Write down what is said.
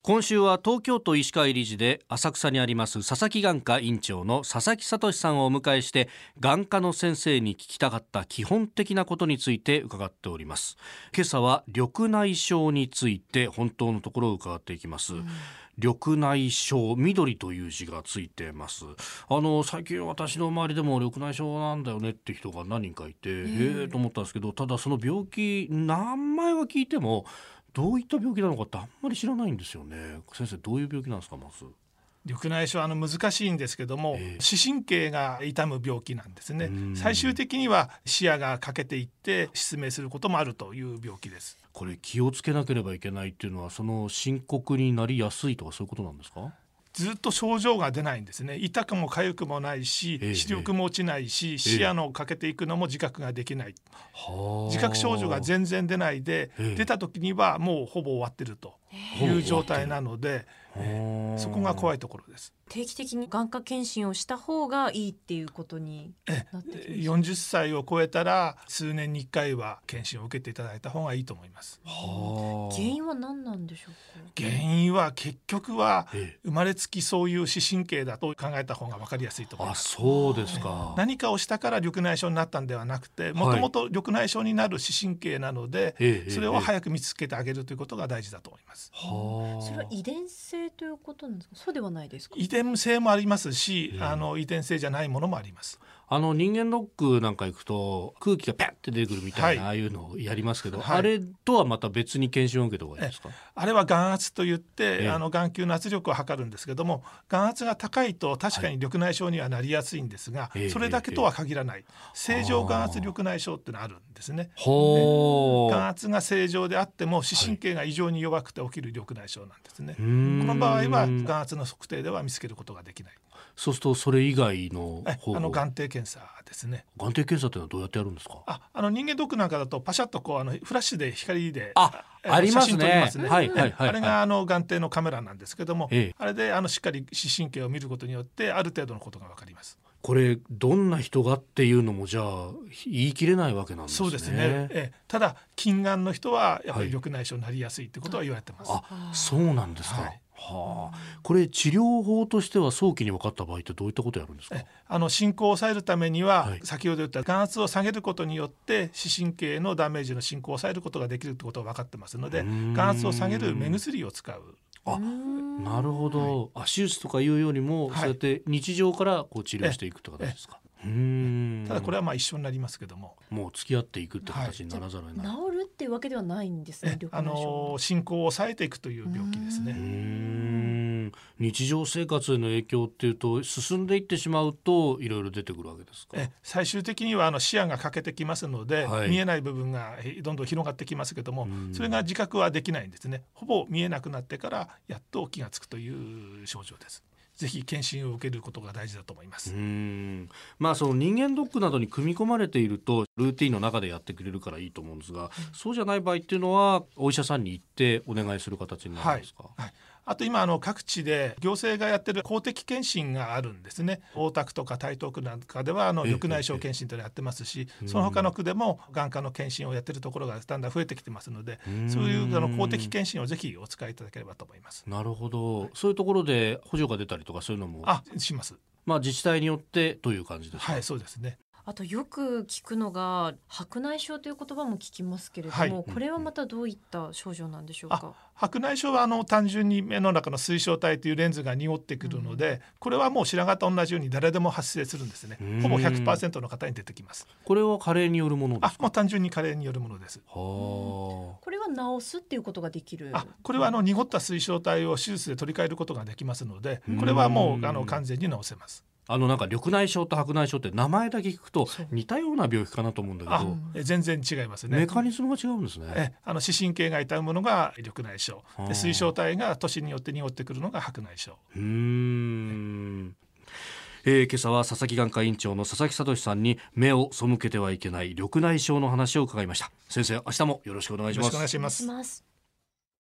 今週は東京都医師会理事で浅草にあります佐々木眼科院長の佐々木聡さんをお迎えして眼科の先生に聞きたかった基本的なことについて伺っております今朝は緑内障について本当のところを伺っていきます、緑内障緑という字がついてますあの最近私の周りでも緑内障なんだよねって人が何人かいて、ええと思ったんですけどただその病気名前は聞いてもどういった病気なのかってあんまり知らないんですよね先生どういう病気なんですかまず緑内障はあの難しいんですけども、ええ視神経が痛む病気なんですねうん最終的には視野が欠けていって失明することもあるという病気ですこれ気をつけなければいけないっていうのはその深刻になりやすいとかそういうことなんですかずっと症状が出ないんですね痛くも痒くもないし、ええ視力も落ちないし、視野の欠けていくのも自覚ができない、自自覚症状が全然出ないで、ええ出た時にはもうほぼ終わってるという状態なので、そこが怖いいところです定期的に眼科検診をした方がいいっていうことになってきます。 40歳を超えたら数年に1回は検診を受けていただいた方がいいと思いますはあ原因は何なんでしょうか。原因は結局はええ生まれつきそういう視神経だと考えた方が分かりやすいと思いあますそうですか何かをしたから緑内障になったんではなくてもともと緑内障になる視神経なので、ええそれをええ早く見つけてあげるということが大事だと思いますはあそれは遺伝性ということなんですか。そうではないですか。遺伝性もありますし、ええあの遺伝性じゃないものもありますあの人間ドックなんか行くと空気がペッて出てくるみたいな、はいああいうのをやりますけど、はいあれとはまた別に検診を受けた方がいいですかあれは眼圧といって、ええあの眼球の圧力を測るんですけども眼圧が高いと確かに緑内障にはなりやすいんですが、ええそれだけとは限らない、正常眼圧緑内障っていうのはあるんですねほう眼圧が正常であっても視神経が異常に弱くて起きる緑内障なんですね、ここのの場合は眼圧の測定では見つけることができない。そうするとそれ以外のえ方法あの眼底検査ですね。眼底検査っていうのはどうやってやるんですかあ、あの人間ドックなんかだとパシャッとこうあのフラッシュで光であのありますね写真撮りますねはいはいはいあれがあの眼底のカメラなんですけども、ええあれであのしっかり視神経を見ることによってある程度のことがわかります。これどんな人がっていうのもじゃあ言い切れないわけなんですねそうですね。ええただ近眼の人はやっぱはりい緑内障になりやすいってことは言われてます。あそうなんですか、ははいあこれ治療法としては早期に分かった場合ってどういったことやるんですかえあの進行を抑えるためには、はい先ほど言った眼圧を下げることによって視神経のダメージの進行を抑えることができるってことが分かってますのうでーん眼圧を下げる目薬を使うあなるほど、あ手術とかいうよりも、はいそうやって日常からこう治療していくって形ですか。うーんただこれはまあ一緒になりますけども、もう付き合っていくって形にならざるを得ない。治るっていうわけではないんですね。え緑あ内障の進行を抑えていくという病気ですうーね。ん日常生活への影響っていうと進んでいってしまうといろいろ出てくるわけですか。え最終的にはあの視野が欠けてきますので、はい見えない部分がえどんどん広がってきますけどもうんそれが自覚はできないんですねほぼ見えなくなってからやっと気がつくという症状ですぜひ検診を受けることが大事だと思いまうすーんまあその人間ドックなどに組み込まれているとルーティンの中でやってくれるからいいと思うんですが、そうじゃない場合っていうのはお医者さんに行ってお願いする形になるんですか。はい、あと今あの各地で行政がやってる公的検診があるんですね大田区とか台東区なんかではあえのえ緑内障検診というのをやってますしええその他の区でも眼科の検診をやってるところがだんだん増えてきてますのでーんそういうあの公的検診をぜひお使いいただければと思います。なるほど、そういうところで補助が出たりとかそういうのもあしますまあ、自治体によってという感じですか。はいそうですねあとよく聞くのが白内障という言葉も聞きますけれども、はいこれはまたどういった症状なんでしょうあか。白内障はあの単純に目の中の水晶体というレンズが濁ってくるので、これはもう白髪と同じように誰でも発生するんですねうんほぼ100%の方に出てきますこれは加齢によるものであすか。もう単純に加齢によるものですはあ。これは治すっていうことができる。あこれはあの濁った水晶体を手術で取り替えることができますのでうんこれはもうあの完全に治せます。あのなんか緑内障と白内障って名前だけ聞くと似たような病気かなと思うんだけあど、え全然違いますね。メカニズムが違うんですね。えあの視神経が痛むのが緑内障はあで水晶体が年によって濁ってくるのが白内障うーん。えー今朝は佐々木眼科院長の佐々木聡さんに目を背けてはいけない緑内障の話を伺いました。先生、明日もよろしくお願いよしろましくすお願い。しお願まいしす。ます。